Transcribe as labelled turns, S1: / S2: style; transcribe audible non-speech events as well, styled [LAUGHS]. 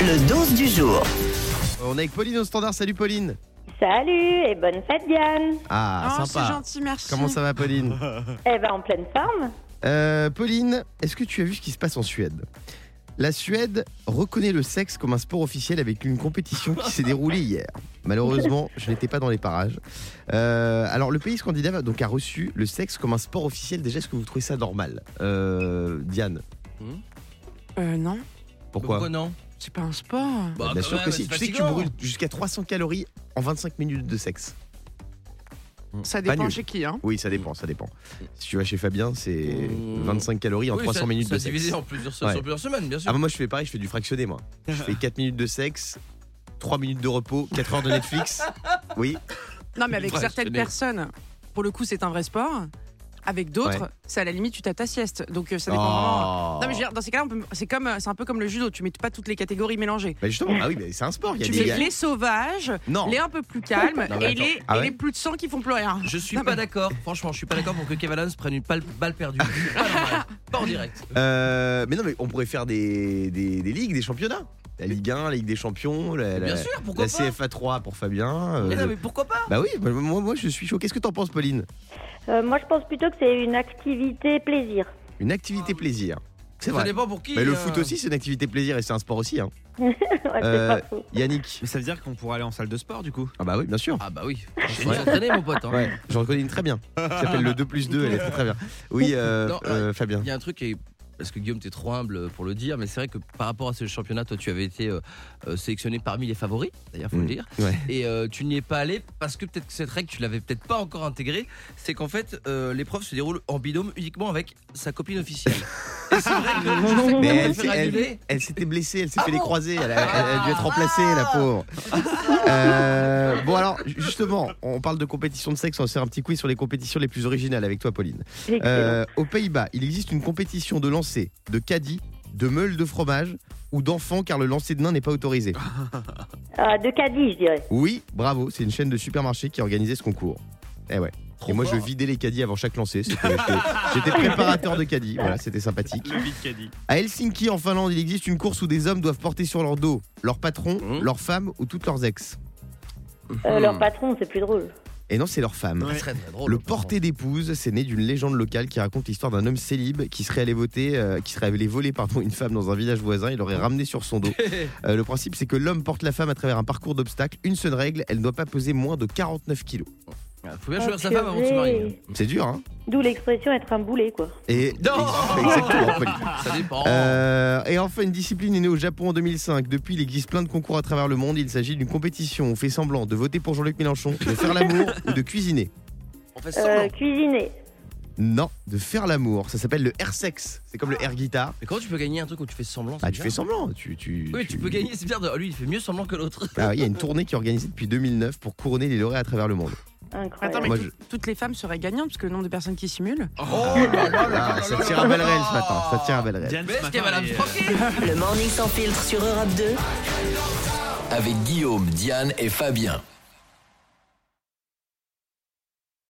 S1: Le 12 du jour.
S2: Euh, On est avec Pauline au standard. Salut Pauline.
S3: Salut et bonne fête
S2: [LAUGHS]
S3: Diane.
S2: Ah,
S4: Oh, c'est
S2: sympa.
S4: gentil, merci.
S2: Comment ça
S5: [LAUGHS]
S2: va Pauline
S3: Eh ben en pleine forme.
S2: Euh, Pauline, est-ce que tu as vu ce qui se passe en Suède La Suède reconnaît le sexe comme un sport officiel avec une compétition qui s'est déroulée hier. Malheureusement, je n'étais pas dans les parages. Euh, alors, le pays scandinave donc, a reçu le sexe comme un sport officiel. Déjà, est-ce que vous trouvez ça normal Euh, Diane,
S4: Euh, non,
S2: pourquoi Bah,
S5: non
S4: c'est pas un sport.
S5: Bah,
S2: Bien
S5: quand
S2: sûr
S5: même,
S2: que si.
S5: c'est
S2: Tu sais que tu
S5: fatigant.
S2: brûles jusqu'à 300 calories en 25 minutes de sexe.
S4: Ça
S2: Pas
S4: dépend
S2: nul.
S4: chez qui, hein.
S2: Oui, ça dépend, ça dépend. Si tu vas chez Fabien, c'est
S5: Mmh.
S2: 25 calories en
S5: Oui,
S2: 300
S5: ça-
S2: minutes
S5: ça
S2: de
S5: a divisé
S2: sexe.
S5: en plusieurs,
S2: Ouais.
S5: sur plusieurs semaines, bien sûr.
S2: Ah, moi, je fais pareil, je fais du fractionné, moi. Je fais 4 minutes de sexe, 3 minutes de repos, 4 heures
S5: [LAUGHS]
S2: de Netflix. Oui,
S4: Non, mais avec
S5: Ouais,
S4: certaines
S5: je connais.
S4: personnes, pour le coup, c'est un vrai sport. Avec d'autres,
S2: Ouais.
S4: c'est à la limite, tu tapes ta sieste. Donc, euh, ça dépend vraiment.
S2: Oh.
S4: Non, mais je veux dire, dans ces cas-là, on peut- c'est comme, euh, c'est un peu comme le judo. Tu mets pas toutes les catégories mélangées.
S2: Bah, justement, ah oui, mais c'est un sport. Il y a
S4: Tu
S2: des il y
S4: mets
S2: a-
S4: les sauvages,
S2: Non,
S4: les un peu plus calmes
S2: Non, mais
S4: et,
S2: attends.
S4: les,
S2: Ah
S4: et
S2: ouais
S4: les plus de 100 qui font plus rien.
S5: Je suis
S4: Non,
S5: pas
S4: mais-
S5: d'accord, franchement, je suis pas d'accord pour que Kevalans prenne une pal- balle perdue. C'est pas normal. Pas en direct.
S2: euh, mais non, mais on pourrait faire des, des, des ligues, des championnats. La Ligue 1, la Ligue des Champions, la, la-
S5: Bien sûr, pourquoi
S2: la
S5: pas
S2: CFA 3 pour Fabien. euh,
S5: Mais non, mais pourquoi pas
S2: Bah oui, bah, moi, moi je suis chaud. Qu'est-ce que t'en penses, Pauline
S3: Euh, moi je pense plutôt que c'est une activité plaisir. [LAUGHS]
S2: Une activité plaisir. C'est
S5: Ah. Ça
S2: vrai.
S5: dépend pour qui.
S2: Mais le
S5: euh,
S2: foot aussi, c'est une activité plaisir et c'est un sport aussi. Hein.
S3: Ouais, c'est
S2: Euh,
S3: pas faux.
S2: Yannick
S6: Mais ça veut dire qu'on pourrait aller en salle de sport du coup
S2: Ah bah oui, bien sûr.
S5: Ah bah oui. Je suis
S2: Ouais.
S5: entraîné, mon pote. hein.
S2: Ouais, j'en reconnais une très bien. Ça s'appelle le 2 plus 2, elle est très très bien. Oui, euh,
S5: Non,
S2: euh, Fabien.
S5: Il y a un truc qui est- Parce que Guillaume, t'es trop humble pour le dire, mais c'est vrai que par rapport à ce championnat, toi, tu avais été euh, euh, sélectionné parmi les favoris, d'ailleurs, faut
S2: Mm.
S5: le dire.
S2: Ouais.
S5: Et euh, tu n'y es pas allé parce que peut-être que cette règle, tu l'avais peut-être pas encore intégrée. C'est qu'en fait, euh, l'épreuve se déroule en binôme uniquement avec sa copine officielle. Et c'est vrai que je sais que
S2: Mais
S5: t'as
S2: elle,
S5: préféré
S2: elle-
S5: annuler.
S2: elle s'était blessée, elle s'est
S5: Ah
S2: fait les
S5: bon
S2: croisés, elle a, elle a dû être remplacée, la pauvre. Euh, bon, alors, ju- justement, on parle de compétition de sexe, on va se faire un petit quiz sur les compétitions les plus originales avec toi, Pauline.
S3: Excellent.
S2: Euh, aux Pays-Bas, il existe une compétition de lancer, de caddie, de meule de fromage ou d'enfants car le lancer de nain n'est pas autorisé.
S3: Ah, de caddie je dirais.
S2: Oui, bravo, c'est une chaîne de supermarché qui a organisé ce concours. Eh ouais. Et moi, je vidais les caddies avant chaque lancer. C'était- J'étais j'étais préparateur de caddie. Voilà, c'était sympathique.
S6: Le vide caddie.
S2: À Helsinki, en Finlande, il existe une course où des hommes doivent porter sur leur dos leur patron,
S5: Mhm.
S2: leur femme ou toutes leurs ex.
S3: Euh,
S5: Hmm.
S3: Leur patron c'est plus drôle.
S2: Et non, c'est leur femme.
S5: Ça serait très drôle,
S2: Le
S5: apparemment.
S2: porté d'épouse, c'est né d'une légende locale qui raconte l'histoire d'un homme célib qui serait allé voter, euh, qui serait allé voler pardon, une femme dans un village voisin et l'aurait ramené sur son dos. Euh, le principe, c'est que l'homme porte la femme à travers un parcours d'obstacles. Une seule règle, elle ne doit pas peser moins de 49 kilos.
S5: [LAUGHS] Faut bien choisir sa
S3: Enculé.
S5: femme hein, avant de se marier.
S2: C'est dur, hein
S3: D'où l'expression être un boulet quoi.
S2: Et
S5: Non
S2: exactement, Pauline.
S5: Ça dépend.
S2: Euh, et enfin, une discipline est née au Japon en 2005. Depuis, il existe plein de concours à travers le monde. Il s'agit d'une compétition. On fait semblant de voter pour Jean-Luc Mélenchon, de faire
S5: [LAUGHS]
S2: l'amour ou de cuisiner.
S5: On
S4: Bah,
S5: fait
S3: Euh,
S5: semblant.
S3: cuisiner.
S2: Non, de faire l'amour. Ça s'appelle le air-sex. C'est comme le air-guitare.
S5: Mais comment tu peux gagner un truc où tu fais semblant c'est
S2: Ah, tu
S5: bizarre.
S2: fais semblant. Tu, tu,
S5: Oui, tu peux gagner, c'est bien. de- Lui, il fait mieux semblant que l'autre.
S2: Ah oui, Il y a une tournée qui est organisée depuis 2009 pour couronner les lauréats à travers le monde.
S4: Attends,
S3: Incroyable.
S4: mais
S2: Moi,
S4: tout- toutes les femmes seraient gagnantes parce que le nombre de personnes qui simulent.
S5: Oh
S2: Ah, ça tire à belle réelle ce matin. Ça tire à belle réelle.
S6: Diane,
S5: Mais
S6: ce
S5: est-ce
S6: matin,
S5: qu'elle va la
S6: elle est-
S5: croquer
S1: Le morning sans filtre sur Europe 2.
S7: avec Guillaume, Diane et Fabien.